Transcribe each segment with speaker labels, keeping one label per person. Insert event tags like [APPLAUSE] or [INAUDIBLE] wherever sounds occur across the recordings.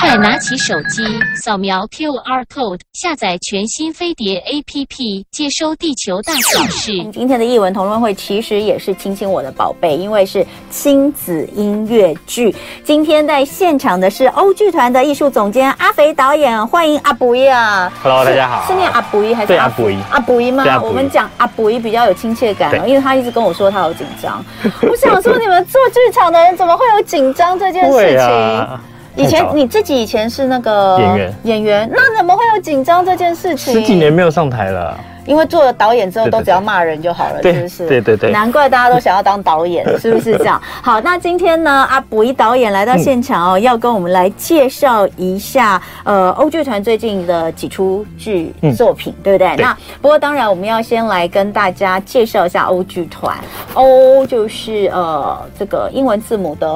Speaker 1: 快拿起手机，扫描 QR code，下载全新飞碟 APP，接收地球大小事。
Speaker 2: 我们今天的译文同论会其实也是亲亲我的宝贝，因为是亲子音乐剧。今天在现场的是欧剧团的艺术总监阿肥导演，欢迎阿布依啊
Speaker 3: Hello，大家好
Speaker 2: 是是念阿布依还是
Speaker 3: 对
Speaker 2: 阿
Speaker 3: 阿布依
Speaker 2: 阿布依吗
Speaker 3: 对阿？布依
Speaker 2: 我们讲阿布依比较有亲切感哦，
Speaker 3: 对
Speaker 2: 因为他一直跟我说他好紧
Speaker 3: [LAUGHS]
Speaker 2: 张。我想说，你们做剧场的人怎么会有紧张这件事
Speaker 3: 对
Speaker 2: 情？
Speaker 3: 啊，
Speaker 2: 以前
Speaker 3: 太早了
Speaker 2: 你自己以前是那个
Speaker 3: 演员
Speaker 2: 演员，那怎么会有紧张这件事情？
Speaker 3: 十几，年没有上台了，
Speaker 2: 因为做了导演之后
Speaker 3: 对对
Speaker 2: 都只要骂人就好了，
Speaker 3: 对
Speaker 2: 是不是？
Speaker 3: 对对对
Speaker 2: 难怪大家都想要当导
Speaker 3: [LAUGHS]
Speaker 2: 演，是不是这样？好，那今天呢，阿卜一导演来到现场哦，
Speaker 3: 嗯
Speaker 2: 要跟我们来介绍一下呃欧剧团最近的几出剧
Speaker 3: 嗯
Speaker 2: 作品，对不对？
Speaker 3: 对
Speaker 2: 那不过当然我们要先来跟大家介绍一下欧剧团，欧就是呃这个英文字母的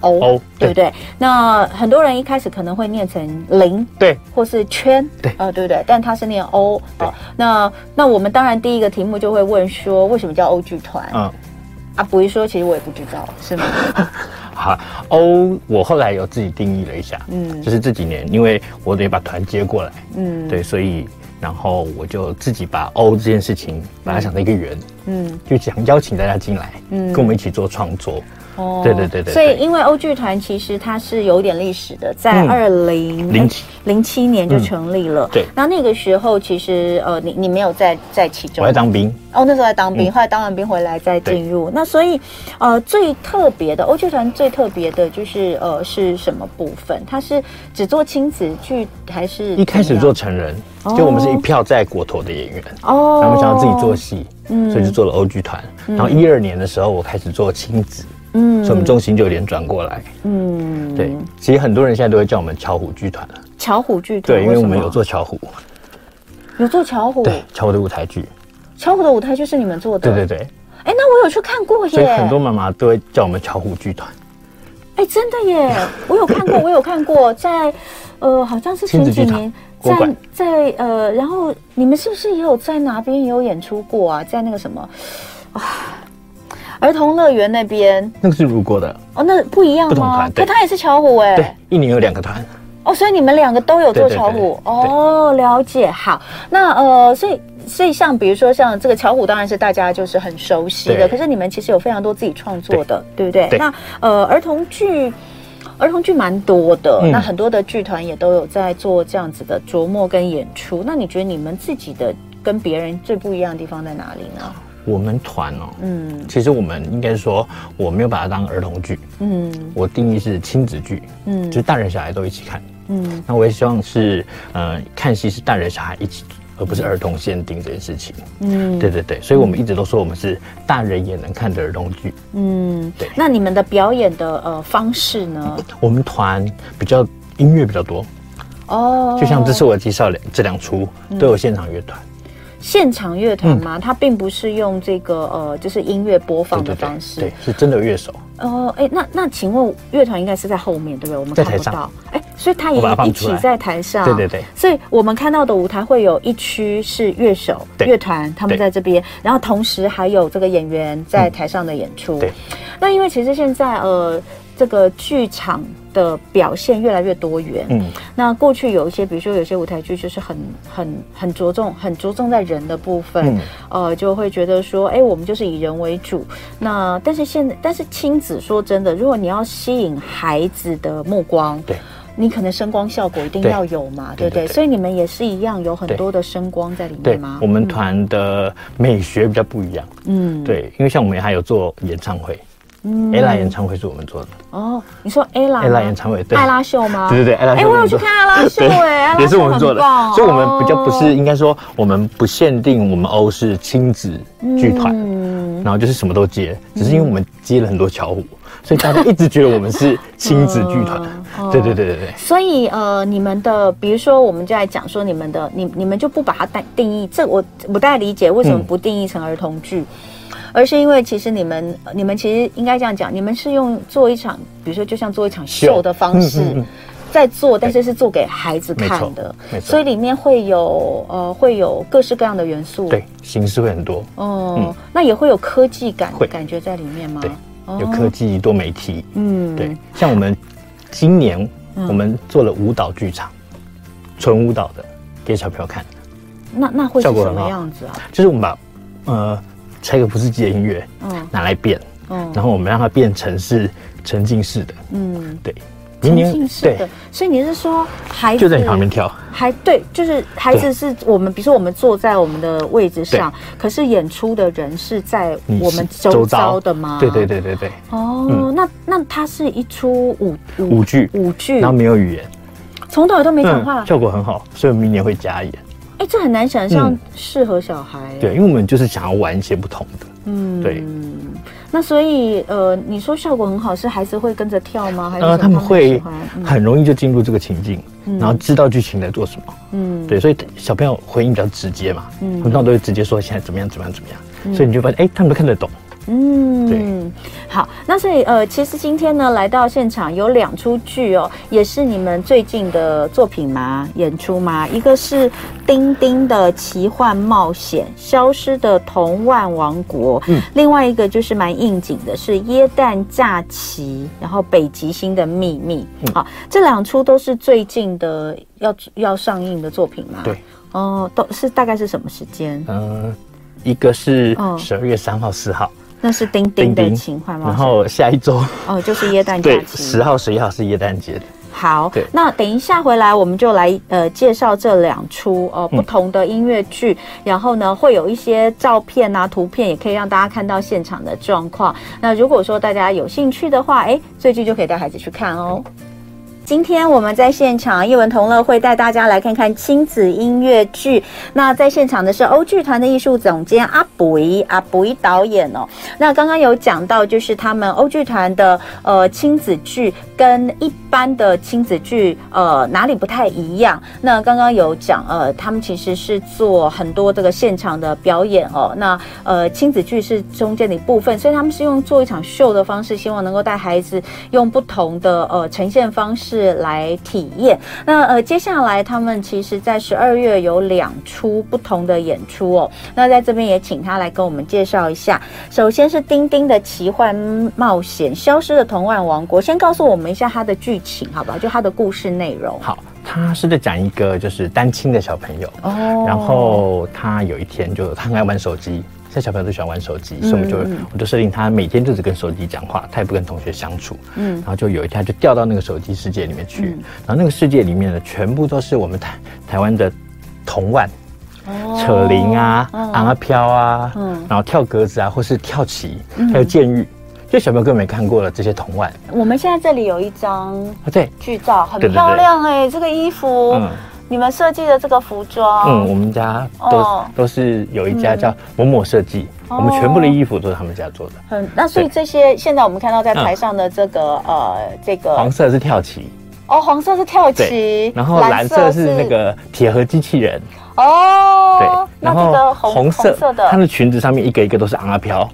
Speaker 2: 欧，
Speaker 3: 欧
Speaker 2: 对不对？那很多人一开始可能会念成零，
Speaker 3: 对，
Speaker 2: 或是圈，
Speaker 3: 对
Speaker 2: 呃，对不对？但它是念欧，
Speaker 3: 对
Speaker 2: 呃那那我们当然第一个题目就会问说，为什么叫欧剧团？
Speaker 3: 嗯，
Speaker 2: 啊，不会说，其实我也不知道，
Speaker 3: [LAUGHS]
Speaker 2: 是吗？
Speaker 3: 好，欧，我后来有自己定义了一下，
Speaker 2: 嗯
Speaker 3: 就是这几年，因为我得把团接过来，
Speaker 2: 嗯，
Speaker 3: 对，所以然后我就自己把欧这件事情把它想成一个圆，
Speaker 2: 嗯，
Speaker 3: 就想邀请大家进来，
Speaker 2: 嗯
Speaker 3: 跟我们一起做创作，
Speaker 2: 哦
Speaker 3: 对对对对
Speaker 2: 所以
Speaker 3: 对
Speaker 2: 因为欧剧团其实它是有点历史的，在
Speaker 3: 嗯
Speaker 2: 二零
Speaker 3: 零七嗯
Speaker 2: 零七年就成立了。
Speaker 3: 对
Speaker 2: 那那个时候其实呃，你你没有在在其中
Speaker 3: 我在当兵，
Speaker 2: 哦，那时候在当兵，
Speaker 3: 嗯
Speaker 2: 后来当完兵回来再进入。那所以，呃，最特别的欧剧团最特别的就是呃是什么部分？它是只做亲子剧还是
Speaker 3: 一开始
Speaker 2: 怎么
Speaker 3: 做
Speaker 2: 样
Speaker 3: 成人
Speaker 2: 哦，
Speaker 3: 就我们是一票在国投的演员，
Speaker 2: 哦，
Speaker 3: 然后我想要自己做戏，
Speaker 2: 嗯
Speaker 3: 所以就做了欧剧团，然后一二年的时候我开始做亲子，
Speaker 2: 嗯
Speaker 3: 所以我们重心就有点转过来。
Speaker 2: 嗯
Speaker 3: 对，其实很多人现在都会叫我们巧虎剧团，啊
Speaker 2: 巧虎剧团
Speaker 3: 对，因为
Speaker 2: 什
Speaker 3: 我
Speaker 2: 么哦
Speaker 3: 们有做巧虎，
Speaker 2: 有做巧虎，
Speaker 3: 对，巧虎的舞台剧，
Speaker 2: 巧虎的舞台就是你们做的，
Speaker 3: 对对。对，
Speaker 2: 哎，那我有去看过耶，
Speaker 3: 所以很多妈妈都会叫我们巧虎剧团，
Speaker 2: 哎，真的耶！我有看
Speaker 3: [LAUGHS]
Speaker 2: 过，我有看过，在呃，好像是前
Speaker 3: 亲子
Speaker 2: 几
Speaker 3: 剧场
Speaker 2: 年，
Speaker 3: 国
Speaker 2: 在
Speaker 3: 馆
Speaker 2: 在呃，然后你们是不是也有在哪边也有演出过啊？在那个什么啊，儿童乐园那边
Speaker 3: 那个是如果的，
Speaker 2: 哦，那不一样
Speaker 3: 不同
Speaker 2: 吗
Speaker 3: 团？
Speaker 2: 可
Speaker 3: 对
Speaker 2: 他也是巧虎哎、
Speaker 3: 对，一年有两个团，
Speaker 2: 哦，所以你们两个都有做
Speaker 3: 对对
Speaker 2: 巧
Speaker 3: 对
Speaker 2: 虎
Speaker 3: 对
Speaker 2: 哦，了解。好，那呃，所以所以像比如说像这个巧虎，当然是大家就是很熟悉的，
Speaker 3: 对
Speaker 2: 可是你们其实有非常多自己创作的，对不对？
Speaker 3: 对
Speaker 2: 那呃，儿童剧。儿童剧蛮多的，
Speaker 3: 嗯
Speaker 2: 那很多的剧团也都有在做这样子的琢磨跟演出。那你觉得你们自己的跟别人最不一样的地方在哪里呢？
Speaker 3: 我们团哦。
Speaker 2: 嗯
Speaker 3: 其实我们应该说，我没有把它当儿童剧，
Speaker 2: 嗯
Speaker 3: 我定义是亲子剧，
Speaker 2: 嗯
Speaker 3: 就是大人小孩都一起看。
Speaker 2: 嗯
Speaker 3: 那我也希望是，呃，看戏是大人小孩一起，而不是儿童限定这件事情。
Speaker 2: 嗯，
Speaker 3: 对对对，所以我们一直都说我们是大人也能看的儿童剧。
Speaker 2: 嗯
Speaker 3: 对。
Speaker 2: 那你们的表演的呃方式呢？
Speaker 3: 我们团比较音乐比较多，
Speaker 2: 哦，
Speaker 3: 就像这次我介绍两这两出都有现场乐团，
Speaker 2: 现场乐团吗？它并不是用这个呃，就是音乐播放的方式。
Speaker 3: 嗯对，是真的有乐手，
Speaker 2: 哦，哎、那那请问乐团应该是在后面，对不对？我们
Speaker 3: 在
Speaker 2: 看
Speaker 3: 台
Speaker 2: 不
Speaker 3: 上
Speaker 2: 到。哎、所以它
Speaker 3: 我把它
Speaker 2: 也
Speaker 3: 放
Speaker 2: 一
Speaker 3: 出
Speaker 2: 起
Speaker 3: 来
Speaker 2: 在台上。
Speaker 3: 对对对。
Speaker 2: 所以我们看到的舞台会有一区是乐手、
Speaker 3: 对
Speaker 2: 乐团，他们
Speaker 3: 对
Speaker 2: 在这边，然后同时还有这个演员在台上的演出。
Speaker 3: 对。
Speaker 2: 那因为其实现在呃，这个剧场的表现越来越多元。
Speaker 3: 嗯，
Speaker 2: 那过去有一些，比如说有些舞台剧就是很很很着重很着重在人的部分，
Speaker 3: 嗯
Speaker 2: 呃，就会觉得说，哎、我们就是以人为主。那但是现在，但是亲子说真的，如果你要吸引孩子的目光，
Speaker 3: 对。
Speaker 2: 你可能声光效果一定
Speaker 3: 对
Speaker 2: 要有嘛，对
Speaker 3: 对
Speaker 2: 不对？
Speaker 3: 对对
Speaker 2: 所以你们也是一样，有很
Speaker 3: 对
Speaker 2: 多的声光在里面
Speaker 3: 对
Speaker 2: 吗，？
Speaker 3: 我们团的美学比较不一样，
Speaker 2: 嗯，
Speaker 3: 对，因为像我们还有做演唱会。嗯，ella 演唱会是我们做的，
Speaker 2: 哦，你说 ella 吗
Speaker 3: ella 演唱会对
Speaker 2: 艾拉秀吗？
Speaker 3: 对对对艾拉秀
Speaker 2: 哎，我有
Speaker 3: 我们
Speaker 2: 去
Speaker 3: 做
Speaker 2: 看艾拉秀，哎，艾拉
Speaker 3: 也是
Speaker 2: 秀
Speaker 3: 我们
Speaker 2: 很
Speaker 3: 做的
Speaker 2: 棒，
Speaker 3: 所以我们比较不
Speaker 2: 哦
Speaker 3: 是，应该说我们不限定我们欧是亲子剧团，
Speaker 2: 嗯
Speaker 3: 然后就是什么都接，只是因为我们接了很多巧虎，所以大家一直觉得我们是亲子剧团
Speaker 2: 嗯。
Speaker 3: 对对对对对，
Speaker 2: 所以呃，你们的，比如说，我们就来讲说你们的，你你们就不把它定定义，这我不太理解为什么
Speaker 3: 嗯
Speaker 2: 不定义成儿童剧，而是因为其实你们你们其实应该这样讲，你们是用做一场，比如说就像做一场秀
Speaker 3: 秀
Speaker 2: 的方式。
Speaker 3: 嗯嗯嗯
Speaker 2: 在做，但是是做给孩子看的
Speaker 3: 没错没，错
Speaker 2: 所以里面会有呃会有各式各样的元素，
Speaker 3: 对，形式会很多，
Speaker 2: 哦、那也会有科技感
Speaker 3: 会
Speaker 2: 感觉在里面吗？
Speaker 3: 对
Speaker 2: 哦
Speaker 3: 有科技多媒体，
Speaker 2: 嗯
Speaker 3: 对，像我们今年
Speaker 2: 嗯
Speaker 3: 我们做了舞蹈剧场，纯舞蹈的给小朋友看，
Speaker 2: 那那会是
Speaker 3: 效果
Speaker 2: 什
Speaker 3: 很
Speaker 2: 么
Speaker 3: 好
Speaker 2: 样子啊？
Speaker 3: 就是我们把呃柴可夫斯基的音乐
Speaker 2: 嗯
Speaker 3: 拿来变，
Speaker 2: 嗯
Speaker 3: 然后我们让它变成是沉浸式的，
Speaker 2: 嗯，
Speaker 3: 对，
Speaker 2: 沉浸式
Speaker 3: 嗯对
Speaker 2: 的，哦所以你是说孩子
Speaker 3: 就在你旁边跳，
Speaker 2: 还对，就是孩子
Speaker 3: 对
Speaker 2: 是我们，比如说我们坐在我们的位置上，可是演出的人是在
Speaker 3: 你
Speaker 2: 我们周遭的吗？
Speaker 3: 对对。对对对，
Speaker 2: 哦，那那它是一出舞
Speaker 3: 舞剧
Speaker 2: 舞剧
Speaker 3: 然，后没有语言，嗯
Speaker 2: 从头到尾都没哎讲话，
Speaker 3: 效果很好，所以明年会加演。
Speaker 2: 哎，这很难想象
Speaker 3: 嗯
Speaker 2: 适合小孩。
Speaker 3: 对，，因为我们就是想要玩一些不同的。
Speaker 2: 嗯
Speaker 3: 对。
Speaker 2: 那所以呃，你说效果很好，是孩子会跟着跳吗？还是
Speaker 3: 呃，
Speaker 2: 什么
Speaker 3: 他们
Speaker 2: 喜
Speaker 3: 会
Speaker 2: 欢
Speaker 3: 很容易就进入这个情境，
Speaker 2: 嗯
Speaker 3: 然后知道剧情在做什么。
Speaker 2: 嗯
Speaker 3: 对，所以小朋友回应比较直接嘛，
Speaker 2: 嗯
Speaker 3: 嗯，通常都会直接说现在怎么样怎么样怎么样，所以你就发现哎、他们都看得懂。
Speaker 2: 嗯，好，那所以呃，其实今天呢，来到现场有两出剧哦，也是你们最近的作品吗？演出吗？一个是丁丁的奇幻冒险，消失的童万王国，
Speaker 3: 嗯
Speaker 2: 另外一个就是蛮应景的，是耶诞假期，然后北极星的秘密，
Speaker 3: 嗯
Speaker 2: 好，这两出都是最近的要要上映的作品吗？
Speaker 3: 对，
Speaker 2: 哦，都是大概是什么时间？
Speaker 3: 嗯、一个是
Speaker 2: 嗯
Speaker 3: 十二月三号、四号，
Speaker 2: 那是丁丁的
Speaker 3: 丁丁
Speaker 2: 奇幻冒
Speaker 3: 然
Speaker 2: 险，
Speaker 3: 后下一周
Speaker 2: 哦，就是耶诞假
Speaker 3: 对
Speaker 2: 期，
Speaker 3: 十号、十一号是耶诞节，
Speaker 2: 好
Speaker 3: 对，
Speaker 2: 那等一下回来我们就来呃介绍这两出呃不同的音乐剧，然后呢会有一些照片啊图片，也可以让大家看到现场的状况。那如果说大家有兴趣的话，哎，最近就可以带孩子去看哦。今天我们在现场，叶文同乐会带大家来看看亲子音乐剧。那在现场的是欧剧团的艺术总监阿卜一，阿卜一导演哦。那刚刚有讲到，就是他们欧剧团的呃亲子剧跟一般的亲子剧呃哪里不太一样？那刚刚有讲呃，他们其实是做很多这个现场的表演哦。那呃亲子剧是中间的一部分，所以他们是用做一场秀的方式，希望能够带孩子用不同的呃呈现方式来体验。那呃接下来他们其实在十二月有两出不同的演出哦。那在这边也请他来跟我们介绍一下。首先是丁丁的奇幻冒险，消失的童玩王国。先告诉我们一下它的剧情，好不好？就它的故事内容。
Speaker 3: 好，他是在讲一个就是单亲的小朋友，
Speaker 2: 哦
Speaker 3: 然后他有一天就他很爱玩手机，现在小朋友都喜欢玩手机，所以我们就
Speaker 2: 嗯
Speaker 3: 我就设定他每天就只跟手机讲话，他也不跟同学相处。
Speaker 2: 嗯
Speaker 3: 然后就有一天他就掉到那个手机世界里面去，然后那个世界里面呢，全部都是我们台台湾的童玩、扯铃啊、
Speaker 2: 哦嗯
Speaker 3: 昂啊飘啊，
Speaker 2: 嗯
Speaker 3: 然后跳格子啊，或是跳棋，还有剑玉，就小朋友根本没看过了这些童玩。
Speaker 2: 我们现在这里有一张
Speaker 3: 啊，对，
Speaker 2: 剧照，很
Speaker 3: 对对对
Speaker 2: 漂亮哎、这个衣服，
Speaker 3: 嗯
Speaker 2: 你们设计的这个服装，
Speaker 3: 嗯，我们家都、
Speaker 2: 哦嗯
Speaker 3: 都是有一家叫某某设计，我们全部的衣服都是他们家做的。
Speaker 2: 很那所以
Speaker 3: 对
Speaker 2: 这些现在我们看到在台上的这个、呃这个
Speaker 3: 黄色是跳棋，
Speaker 2: 哦黄色是跳棋，
Speaker 3: 然后蓝色是那个铁盒机器人，对
Speaker 2: 哦，，那
Speaker 3: 然
Speaker 2: 这个
Speaker 3: 后
Speaker 2: 红红色的
Speaker 3: 她的裙子上面一个一个都是昂啊飘，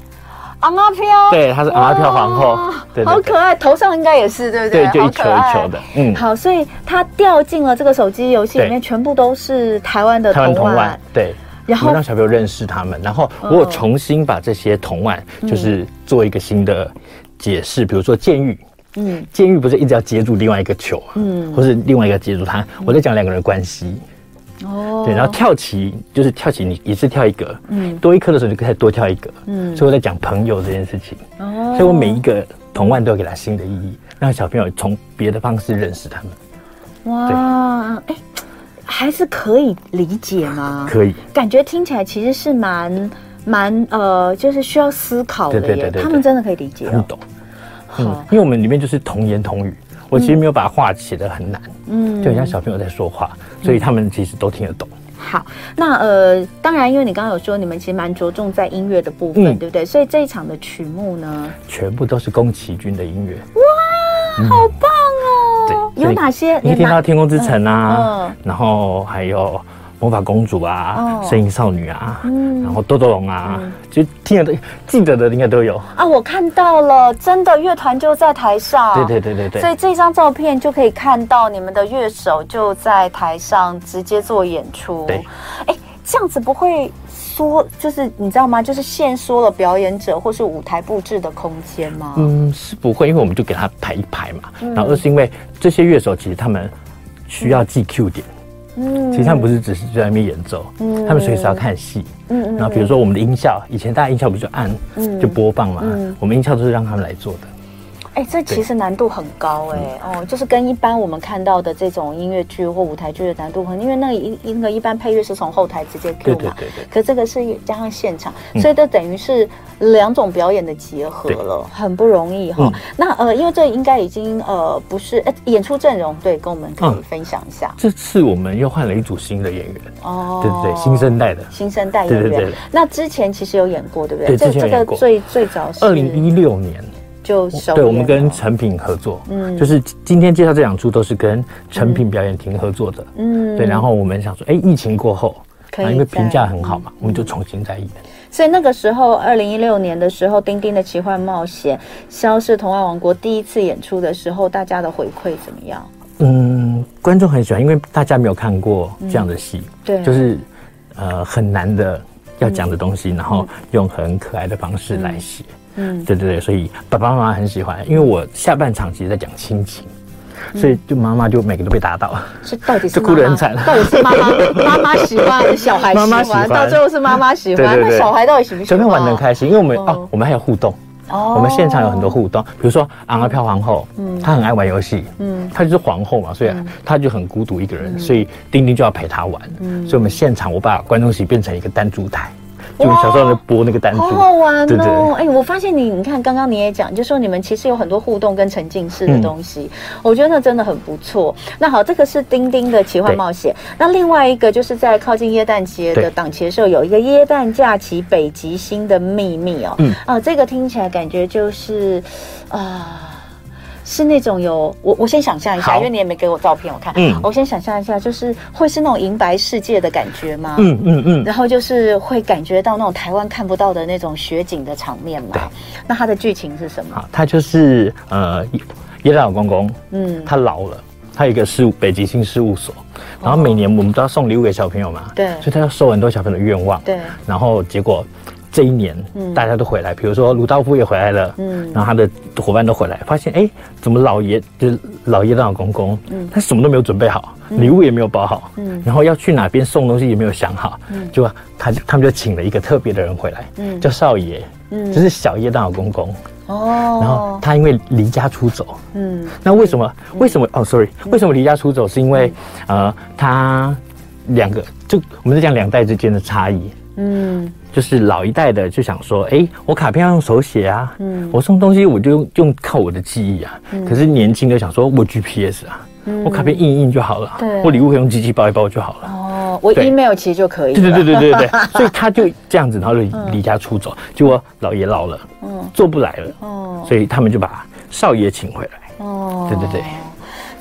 Speaker 2: 昂阿飘，
Speaker 3: 对，她是昂啊飘皇后
Speaker 2: 哇，
Speaker 3: 对
Speaker 2: 好
Speaker 3: 对
Speaker 2: 可爱，头上应该也是对不对？
Speaker 3: 对，对就
Speaker 2: 好
Speaker 3: 一
Speaker 2: 可
Speaker 3: 球一
Speaker 2: 爱
Speaker 3: 球的，嗯，
Speaker 2: 好，所以他掉进了这个手机游戏里面，
Speaker 3: 对
Speaker 2: 全部都是台湾的
Speaker 3: 台湾
Speaker 2: 童
Speaker 3: 童
Speaker 2: 玩
Speaker 3: 玩，，对。
Speaker 2: 然
Speaker 3: 我
Speaker 2: 后嗯
Speaker 3: 们让小朋友认识他们，然后我有重新把这些童玩，就是做一个新的解释，比如说监狱，
Speaker 2: 嗯
Speaker 3: 监狱不是一直要接住另外一个球吗？
Speaker 2: 嗯
Speaker 3: 嗯，或是另外一个接住他，我在讲两个人的关系，
Speaker 2: 哦
Speaker 3: 对，然后跳棋就是跳棋，你一次跳一个，
Speaker 2: 嗯
Speaker 3: 嗯，多一颗的时候你就可以多跳一个，
Speaker 2: 嗯
Speaker 3: 嗯，所以我在讲朋友这件事情，
Speaker 2: 哦
Speaker 3: 所以我每一个同伴都有给他新的意义，让小朋友从别的方式认识他们，
Speaker 2: 哇，哎、还是可以理解吗？
Speaker 3: 可以，
Speaker 2: 感觉听起来其实是蛮蛮呃，就是需要思考的耶。
Speaker 3: 对对对对对
Speaker 2: 他们真的可以理解、
Speaker 3: 他们
Speaker 2: 哦。
Speaker 3: 懂，嗯
Speaker 2: 好，，
Speaker 3: 因为我们里面就是童言童语，我其实没有把话写得很难，
Speaker 2: 嗯
Speaker 3: 就很像小朋友在说话，所以他们其实都听得懂，
Speaker 2: 好，那呃，当然，因为你刚刚有说你们其实蛮着重在音乐的部分，
Speaker 3: 嗯
Speaker 2: 对不对？所以这一场的曲目呢，
Speaker 3: 全部都是宫崎骏的音乐，嗯
Speaker 2: 好棒哦！
Speaker 3: 对
Speaker 2: 有哪些？
Speaker 3: 你可以听到《天空之城》
Speaker 2: 嗯嗯
Speaker 3: 啊，然后还有《魔法公主》啊，
Speaker 2: 哦
Speaker 3: 《声音少女》啊，
Speaker 2: 嗯
Speaker 3: 然后《豆豆龙》啊，就听得记得的应该都有。
Speaker 2: 啊，我看到了，真的乐团就在台上。
Speaker 3: 对对对对
Speaker 2: 所
Speaker 3: 对
Speaker 2: 以这张照片就可以看到你们的乐手就在台上直接做演出。
Speaker 3: 对，
Speaker 2: 哎，这样子不会缩，就是你知道吗？就是限缩了表演者或是舞台布置的空间吗？
Speaker 3: 嗯，是不会，因为我们就给他排一排嘛。
Speaker 2: 嗯
Speaker 3: 然后二是因为这些乐手其实他们需要记 Q 点，
Speaker 2: 嗯
Speaker 3: 其实他们不是只是在那边演奏，
Speaker 2: 嗯
Speaker 3: 他们随时要看戏。
Speaker 2: 嗯嗯
Speaker 3: 然后比如说我们的音效，以前大家音效不是就按、
Speaker 2: 嗯
Speaker 3: 就播放嘛，
Speaker 2: 嗯
Speaker 3: 我们音效都是让他们来做的。
Speaker 2: 哎、这其实难度很
Speaker 3: 嗯
Speaker 2: 高哎、哦，就是跟一般我们看到的这种音乐剧或舞台剧的难度很，因为那个一那个一般配乐是从后台直接 Q
Speaker 3: 对
Speaker 2: 嘛，
Speaker 3: 对嗯对对。
Speaker 2: 可这个是加上现场，所以这等于是两种表演的结合了，很不容易哈。
Speaker 3: 嗯
Speaker 2: 那呃，因为这应该已经呃不是、呃、演出阵容，对，跟我们可以
Speaker 3: 嗯
Speaker 2: 分享一下、
Speaker 3: 这次我们又换了一组新的演员，
Speaker 2: 哦。
Speaker 3: 对对对，新生代的。
Speaker 2: 新生代演员。
Speaker 3: 对对对
Speaker 2: 那之前其实有演过，对不对？
Speaker 3: 对
Speaker 2: 这
Speaker 3: 之前
Speaker 2: 这
Speaker 3: 有
Speaker 2: 个
Speaker 3: 演过
Speaker 2: 最最早是
Speaker 3: 二零一六年，
Speaker 2: 就首
Speaker 3: 对我们
Speaker 2: 演
Speaker 3: 跟
Speaker 2: 了
Speaker 3: 成品合作，
Speaker 2: 哦嗯
Speaker 3: 就是今天介绍这两出都是跟成品表演厅合作的，
Speaker 2: 嗯
Speaker 3: 对。然后我们想说，哎，疫情过后，
Speaker 2: 可以
Speaker 3: 啊因为评价
Speaker 2: 再嗯
Speaker 3: 很好嘛，我们就重新再演。
Speaker 2: 所以那个时候，二零一六年的时候，《丁丁的奇幻冒险》《消失童话王国》第一次演出的时候，大家的回馈怎么样？
Speaker 3: 嗯，观众很喜欢，因为大家没有看过这样的戏，
Speaker 2: 对
Speaker 3: 就是呃很难的要讲的东西，然后用很可爱的方式来写。
Speaker 2: 嗯，
Speaker 3: 对对对，所以爸爸妈妈很喜欢，因为我下半场其实在讲亲情，
Speaker 2: 嗯
Speaker 3: 所以就妈妈就每个都被打倒。
Speaker 2: 是到底是
Speaker 3: 就
Speaker 2: 妈
Speaker 3: 哭得很
Speaker 2: 妈
Speaker 3: 惨
Speaker 2: 到底是妈妈妈妈喜欢还是小孩喜欢？
Speaker 3: 妈妈喜欢
Speaker 2: 到最后是妈妈喜欢，
Speaker 3: 对对对
Speaker 2: 那小孩到底喜不喜
Speaker 3: 前
Speaker 2: 欢？
Speaker 3: 面玩的开心，因为我们
Speaker 2: 哦
Speaker 3: 哦我们还有互动。
Speaker 2: 哦
Speaker 3: 我们现场有很多互动，比如说昂啊飘皇后，她很爱玩游戏，
Speaker 2: 嗯
Speaker 3: 她就是皇后嘛，所以她就很孤独一个人，所以丁丁就要陪她玩，
Speaker 2: 嗯
Speaker 3: 所以我们现场我把观众席变成一个弹珠台，就我们小时候在播那个弹珠，
Speaker 2: 好好玩
Speaker 3: 对对
Speaker 2: 哦！
Speaker 3: 对
Speaker 2: 哎、我发现你，你看刚刚你也讲，就说你们其实有很多互动跟沉浸式的
Speaker 3: 嗯
Speaker 2: 东西，我觉得那真的很不错。那好，这个是丁丁的奇幻
Speaker 3: 对
Speaker 2: 冒险，那另外一个就是在靠近耶诞节的
Speaker 3: 对
Speaker 2: 档期的时候，有一个耶诞假期北极星的秘密哦，
Speaker 3: 嗯
Speaker 2: 啊，这个听起来感觉就是啊。是那种有我，我先想象一下，
Speaker 3: 好
Speaker 2: 因为你也没给我照片，我看，
Speaker 3: 嗯
Speaker 2: 我先想象一下，就是会是那种银白世界的感觉吗？
Speaker 3: 嗯嗯嗯，
Speaker 2: 然后就是会感觉到那种台湾看不到的那种雪景的场面嘛
Speaker 3: 对。
Speaker 2: 那它的剧情是什么？
Speaker 3: 好，她啊就是呃耶耶诞老公公，
Speaker 2: 嗯，哦
Speaker 3: 他老了，他有一个事务北极星事务所，然后每年我们都要送礼物给小朋友嘛，
Speaker 2: 对
Speaker 3: 所以他要收很多小朋友的愿望，
Speaker 2: 对
Speaker 3: 然后结果这一年大家都回来，比如说鲁道夫也回来了，
Speaker 2: 嗯
Speaker 3: 嗯，然后他的伙伴都回来，发现哎，怎么老爷就是老爷的老公公，他什么都没有准备好，礼物也没有包好，
Speaker 2: 嗯
Speaker 3: 嗯，然后要去哪边送东西也没有想好，就他就他们就请了一个特别的人回来，
Speaker 2: 嗯
Speaker 3: 叫少爷，
Speaker 2: 嗯
Speaker 3: 就是小叶的老公公，然后
Speaker 2: 哦，
Speaker 3: 他因为离家出走。
Speaker 2: 嗯嗯
Speaker 3: 那为什么？为什么？哦，sorry，为什么离家出走？是因为，呃，他两个就我们在讲两代之间的差异，
Speaker 2: 嗯
Speaker 3: 就是老一代的就想说，哎，我卡片要用手写啊，
Speaker 2: 嗯
Speaker 3: 我送东西我就用用靠我的记忆啊。可是年轻的想说，我 GPS 啊，我卡片印一印就好了
Speaker 2: 嗯对，
Speaker 3: 我礼物可以用机器包一包就好了。
Speaker 2: 哦，我
Speaker 3: 对
Speaker 2: email 其实就可以了。
Speaker 3: 对对对
Speaker 2: [LAUGHS]
Speaker 3: 对对对，所以他就这样子，然后就离家出走，结果老爷老了，
Speaker 2: 嗯
Speaker 3: 做不来了，
Speaker 2: 哦
Speaker 3: 所以他们就把少爷请回来。
Speaker 2: 哦
Speaker 3: 对对对。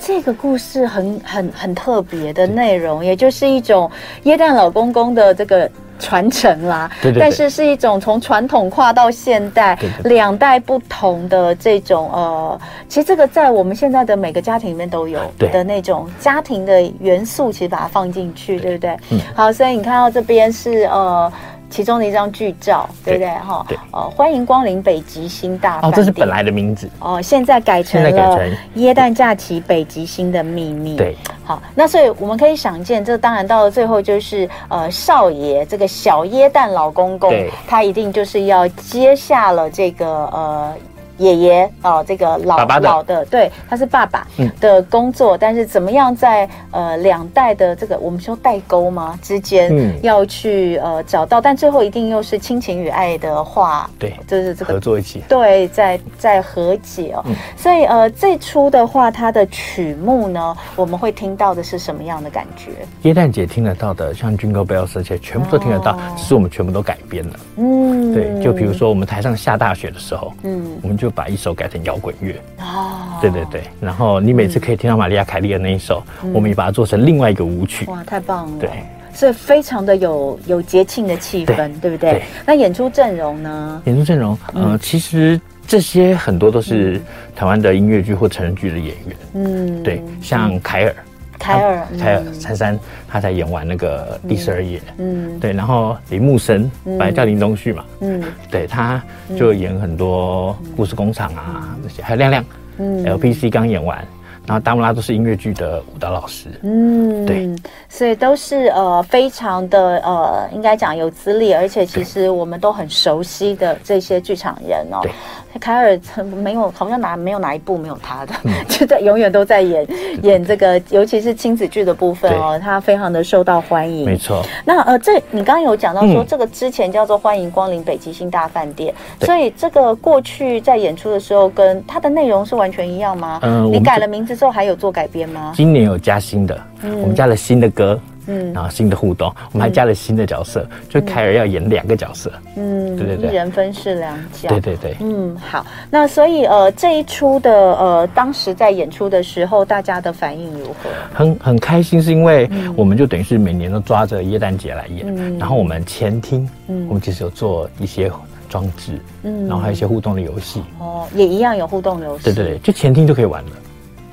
Speaker 2: 这个故事很很很特别的内容，也就是一种耶诞老公公的这个传承啦。
Speaker 3: 对对对
Speaker 2: 但是是一种从传统跨到现代
Speaker 3: 对对
Speaker 2: 两代不同的这种呃，其实这个在我们现在的每个家庭里面都有
Speaker 3: 对
Speaker 2: 的那种家庭的元素，其实把它放进去，对不对？
Speaker 3: 嗯
Speaker 2: 好，所以你看到这边是呃。其中的一张剧照，对不对？哈
Speaker 3: 对，
Speaker 2: 呃，欢迎光临北极星大饭店。
Speaker 3: 哦，这是本来的名字。
Speaker 2: 哦，现在改成
Speaker 3: 现在改
Speaker 2: 了
Speaker 3: 成
Speaker 2: 耶诞假期北极星的秘密。
Speaker 3: 对，
Speaker 2: 好，那所以我们可以想见，这当然到了最后就是呃，少爷这个小耶诞老公公
Speaker 3: 对，
Speaker 2: 他一定就是要接下了这个呃。爷爷哦、这个老
Speaker 3: 爸爸的
Speaker 2: 老的，对，他是爸爸
Speaker 3: 嗯
Speaker 2: 的工作，但是怎么样在呃两代的这个我们说代沟吗之间，
Speaker 3: 嗯
Speaker 2: 要去呃找到，但最后一定又是亲情与爱的话，
Speaker 3: 对
Speaker 2: 就是这个哦
Speaker 3: 合作一起。
Speaker 2: 对，在在和解
Speaker 3: 嗯
Speaker 2: 哦。所以呃，最初的话，它的曲目呢，我们会听到的是什么样的感觉？
Speaker 3: 耶诞节听得到的，像 Jingle Bells 这些，全部都听得到，
Speaker 2: 哦
Speaker 3: 只是我们全部都改编了。
Speaker 2: 嗯，
Speaker 3: 对，就比如，说我们台上下大雪的时候，
Speaker 2: 嗯，
Speaker 3: 我们就把一首改成摇滚乐。
Speaker 2: 哦，
Speaker 3: 对对，对，然后你每次可以听到玛利亚凯莉的那一首，
Speaker 2: 嗯
Speaker 3: 我们也把它做成另外一个舞曲。
Speaker 2: 哇，太棒了，
Speaker 3: 对，
Speaker 2: 所以非常的有有节庆的气氛，对
Speaker 3: 对
Speaker 2: 不对
Speaker 3: 对
Speaker 2: 那演出阵容呢？
Speaker 3: 演出阵容，
Speaker 2: 嗯
Speaker 3: 呃，其实这些很多都是台湾的音乐剧或成人剧的演员。
Speaker 2: 嗯，
Speaker 3: 对，像凯尔，
Speaker 2: 凯凯尔
Speaker 3: 他凯尔珊珊，他才演完那个第十二夜。
Speaker 2: 嗯
Speaker 3: 对，然后林木生
Speaker 2: 嗯
Speaker 3: 本来叫林中旭嘛，
Speaker 2: 嗯
Speaker 3: 对他就演很多故事工厂啊这些，还有亮亮
Speaker 2: 嗯
Speaker 3: LPC 刚演完，然后达姆拉都是音乐剧的舞蹈老师。
Speaker 2: 嗯，
Speaker 3: 对，
Speaker 2: 所以都是呃非常的呃，应该讲有资历，而且其实我们都很熟悉的这些剧场人哦
Speaker 3: 对。
Speaker 2: 凯尔没有，好像哪没有哪一部没有他的，
Speaker 3: 嗯
Speaker 2: [LAUGHS] 就在永远都在演演这个，尤其是亲子剧的部分哦，他非常的受到欢迎。
Speaker 3: 没错，
Speaker 2: 那呃，这你刚刚有讲到说，
Speaker 3: 嗯
Speaker 2: 这个之前叫做“欢迎光临北极星大饭店”，
Speaker 3: 对
Speaker 2: 所以这个过去在演出的时候跟它的内容是完全一样吗？
Speaker 3: 嗯
Speaker 2: 你
Speaker 3: 我们
Speaker 2: 改
Speaker 3: 这
Speaker 2: 了名字之后还有做改编吗？
Speaker 3: 今年有加新的，我们加了新的歌，
Speaker 2: 嗯
Speaker 3: 然后新的互动，我们还加了新的角色，就凯尔要演两个角色。
Speaker 2: 嗯，
Speaker 3: 对对对
Speaker 2: 一人分饰两角。
Speaker 3: 对对对，
Speaker 2: 嗯，好，那所以呃，这一出的呃，当时在演出的时候，大家的反应如何？
Speaker 3: 很很开心，是因为
Speaker 2: 嗯
Speaker 3: 我们就等于是每年都抓着耶诞节来演，然后我们前厅，我们其实有做一些装置，
Speaker 2: 嗯
Speaker 3: 然后还有一些互动的游戏，
Speaker 2: 哦，也一样有互动游戏。
Speaker 3: 对对对，就前厅就可以玩了。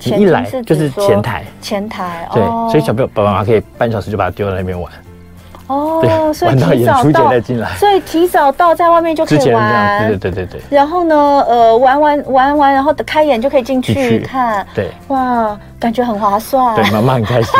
Speaker 3: 你
Speaker 2: 前
Speaker 3: 一
Speaker 2: 厅
Speaker 3: 来
Speaker 2: 是
Speaker 3: 就
Speaker 2: 指
Speaker 3: 是
Speaker 2: 说
Speaker 3: 前台，
Speaker 2: 前台
Speaker 3: 对，
Speaker 2: 哦
Speaker 3: 所以小朋友爸爸妈妈可以半小时就把它丢在那边玩，
Speaker 2: 哦，
Speaker 3: 对
Speaker 2: 所以
Speaker 3: 玩到
Speaker 2: 提
Speaker 3: 演
Speaker 2: 早
Speaker 3: 出前
Speaker 2: 到
Speaker 3: 再进来
Speaker 2: 所以提早到在外面就可
Speaker 3: 之
Speaker 2: 以
Speaker 3: 前这样，
Speaker 2: 玩
Speaker 3: 对。对对对
Speaker 2: 然后呢，呃，玩完玩完，然后开演就可以进
Speaker 3: 进
Speaker 2: 去
Speaker 3: 去
Speaker 2: 看。
Speaker 3: 对
Speaker 2: 哇，感觉很划算。
Speaker 3: 对对，妈妈很开心，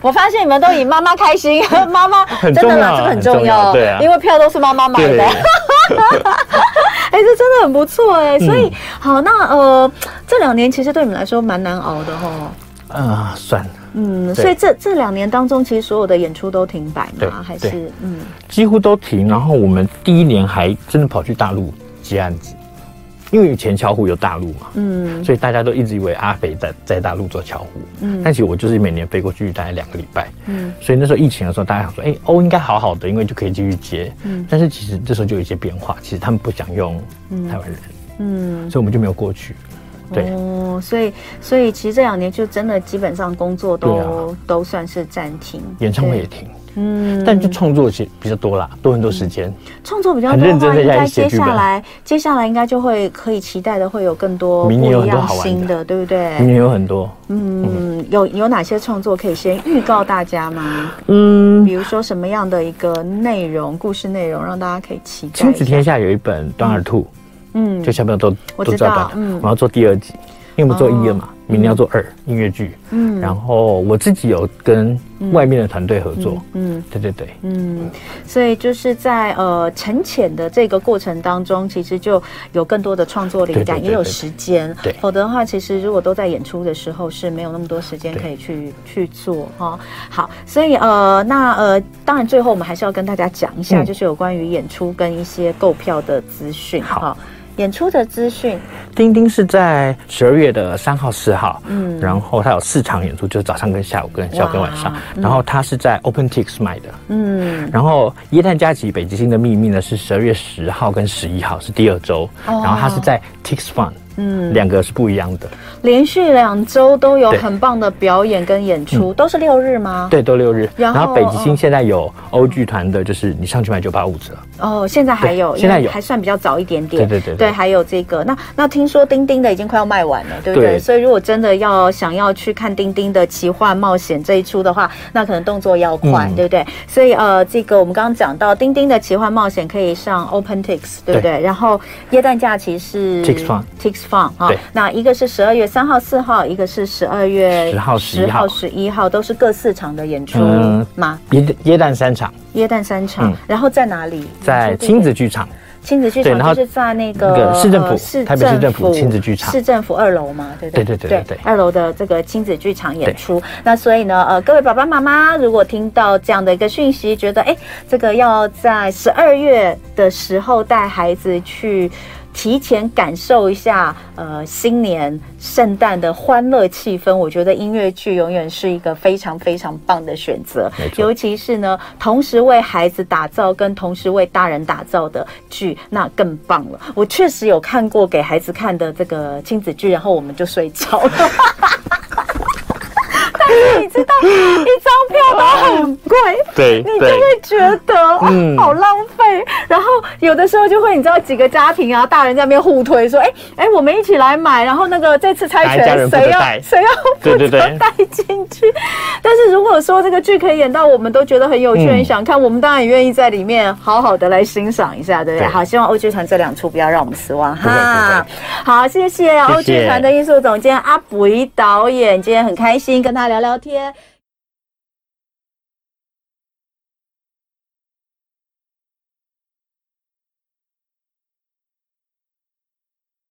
Speaker 2: 我发现你们都以妈妈开心， [LAUGHS] 妈妈
Speaker 3: 很
Speaker 2: 真的
Speaker 3: 重
Speaker 2: 啦，
Speaker 3: 要
Speaker 2: 这很
Speaker 3: 很重
Speaker 2: 重要，
Speaker 3: 要对啊
Speaker 2: 因为票都是妈妈 [LAUGHS] 买
Speaker 3: 对
Speaker 2: 的。哎、这真的很不错哎、所
Speaker 3: 嗯
Speaker 2: 以、好，那呃，这两年其实对你们来说蛮难熬的哦。
Speaker 3: 啊、算了，
Speaker 2: 嗯，
Speaker 3: 对
Speaker 2: 所以这这两年当中，其实所有的演出都停摆
Speaker 3: 对
Speaker 2: 嘛，还
Speaker 3: 对
Speaker 2: 是嗯
Speaker 3: 几乎都停。然后我们第一年还真的跑去大陆接案子，因为以前巧虎有大陆嘛，
Speaker 2: 嗯
Speaker 3: 所以大家都一直以为阿肥在在大陆做巧虎，
Speaker 2: 嗯
Speaker 3: 但其实我就是每年飞过去大概两个礼拜，
Speaker 2: 嗯
Speaker 3: 所以那时候疫情的时候，大家想说，哎、欧应该好好的，因为就可以继续接，
Speaker 2: 嗯
Speaker 3: 但是其实这时候就有一些变化，其实他们不想用台湾人，
Speaker 2: 嗯，
Speaker 3: 所以我们就没有过去，对。
Speaker 2: 哦，所以所以其实这两年就真的基本上工作都、
Speaker 3: 对啊
Speaker 2: 都算是暂停，
Speaker 3: 演唱会
Speaker 2: 对
Speaker 3: 也停，
Speaker 2: 嗯
Speaker 3: 但就创作其实比较多啦，多很多时间。
Speaker 2: 创作比较
Speaker 3: 很
Speaker 2: 多的
Speaker 3: 认真
Speaker 2: 话，
Speaker 3: 地
Speaker 2: 应
Speaker 3: 在
Speaker 2: 该
Speaker 3: 写
Speaker 2: 接
Speaker 3: 剧
Speaker 2: 下
Speaker 3: 本
Speaker 2: 来接下来应该就会可以期待的会有更多
Speaker 3: 明年有
Speaker 2: 不一
Speaker 3: 很多
Speaker 2: 样
Speaker 3: 好玩
Speaker 2: 新
Speaker 3: 的
Speaker 2: 的，对不
Speaker 3: 明
Speaker 2: 对？
Speaker 3: 年有很多，
Speaker 2: 嗯，有有哪些创作可以先预告大家吗？
Speaker 3: 嗯，
Speaker 2: 比如说什么样的一个内容、故事内容，让大家可以期待
Speaker 3: 亲
Speaker 2: 一
Speaker 3: 子
Speaker 2: 下？
Speaker 3: 天下有一本《短耳兔》，
Speaker 2: 嗯
Speaker 3: 就小朋友都
Speaker 2: 我
Speaker 3: 都
Speaker 2: 知
Speaker 3: 知道
Speaker 2: 道
Speaker 3: 短耳兔
Speaker 2: 嗯哦
Speaker 3: 我要做第二集，因为我们做一了嘛，明年要做二音乐剧。
Speaker 2: 嗯
Speaker 3: 然后我自己有跟外面的团队合作，
Speaker 2: 嗯
Speaker 3: 对对对，
Speaker 2: 嗯，所以就是在呃沉潜的这个过程当中，其实就有更多的创作灵
Speaker 3: 对对
Speaker 2: 感，
Speaker 3: 对
Speaker 2: 也有时间。
Speaker 3: 对
Speaker 2: 否则的话，其实如果都在演出的时候，是没有那么多时间
Speaker 3: 对
Speaker 2: 可以去去做哈、哦。好，所以呃，那呃，当然最后我们还是要跟大家讲一下，
Speaker 3: 嗯
Speaker 2: 就是有关于演出跟一些购票的资讯。
Speaker 3: 好
Speaker 2: 哦演出的资讯，
Speaker 3: 丁丁是在十二月的三号、四号，
Speaker 2: 嗯
Speaker 3: 嗯，然后它有四场演出，就是早上跟下午跟下午跟晚上
Speaker 2: 哇，
Speaker 3: 然后它是在 OpenTix 买的，
Speaker 2: 嗯，
Speaker 3: 然后耶诞佳琪北极星的秘密呢是十二月十号跟十一号是第二周，
Speaker 2: 哦
Speaker 3: 然后它是在 Tix Fun，嗯，两个是不一样的，
Speaker 2: 连续两周都有
Speaker 3: 对嗯
Speaker 2: 很棒的表演跟演出，都是六日吗？
Speaker 3: 对，都六日。
Speaker 2: 哦然后
Speaker 3: 北极星现在有欧剧团的，就是你上去买九八五折，
Speaker 2: 哦，现在还有，
Speaker 3: 对
Speaker 2: 因
Speaker 3: 现在
Speaker 2: 为
Speaker 3: 有
Speaker 2: 还算比较早一点点。
Speaker 3: 对对对对
Speaker 2: 对，还有这个，那那听说钉钉的已经快要卖完了，对不对？
Speaker 3: 对
Speaker 2: 所以如果真的要想要去看钉钉的奇幻冒险这一出的话，那可能动作要快，
Speaker 3: 嗯
Speaker 2: 对不对？所以呃，这个我们刚刚讲到钉钉的奇幻冒险可以上 OpenTix，对不对？然后耶诞假期是
Speaker 3: Tix Fun
Speaker 2: Tix Fun 啊
Speaker 3: 对，
Speaker 2: 那一个是十二月三号、四号，一个是十二月
Speaker 3: 10号
Speaker 2: 十
Speaker 3: 11
Speaker 2: 号、
Speaker 3: 号
Speaker 2: 十一号，都是各四场的演出
Speaker 3: 嗯
Speaker 2: 嘛。
Speaker 3: 耶耶诞三场
Speaker 2: 耶诞三场，
Speaker 3: 嗯
Speaker 2: 然后在哪里？
Speaker 3: 在
Speaker 2: 演出地点
Speaker 3: 亲子剧场，
Speaker 2: 亲子剧
Speaker 3: 对
Speaker 2: 场
Speaker 3: 然后
Speaker 2: 就是在那个
Speaker 3: 那个市政府
Speaker 2: 呃市
Speaker 3: 台北市政府亲子剧场
Speaker 2: 市政府二楼嘛，对不对
Speaker 3: 对对对对对
Speaker 2: 二楼的这个亲子剧场演出。那所以呢，呃，各位爸爸妈妈如果听到这样的一个讯息，觉得哎，这个要在十二月的时候带孩子去。提前感受一下，呃，新年圣诞的欢乐气氛，我觉得音乐剧永远是一个非常非常棒的选择。
Speaker 3: 没错
Speaker 2: 尤其是呢，同时为孩子打造跟同时为大人打造的剧，那更棒了。我确实有看过给孩子看的这个亲子剧，然后我们就睡着了。但是你知道，一张票都很贵，
Speaker 3: 对
Speaker 2: 你就会觉得、啊
Speaker 3: 嗯
Speaker 2: 好浪费对，然后有的时候就会，你知道几个家庭啊，大人在那边互推说，哎哎，我们一起来买，然后那个这次猜
Speaker 3: 哪一家
Speaker 2: 拳
Speaker 3: 人负责
Speaker 2: 谁要
Speaker 3: 带
Speaker 2: 谁要 [LAUGHS]
Speaker 3: 对对对
Speaker 2: 负责带进去。但是如果说这个剧可以演到我们都觉得很有趣、
Speaker 3: 嗯
Speaker 2: 很想看，我们当然也愿意在里面好好的来欣赏一下，对不对？
Speaker 3: 对
Speaker 2: 好，希望欧剧团这两出不要让我们失望
Speaker 3: 不会不
Speaker 2: 哈
Speaker 3: 会。
Speaker 2: 好，谢啊谢欧剧团的艺术总监阿卜一导演，今天很开心跟他聊聊天。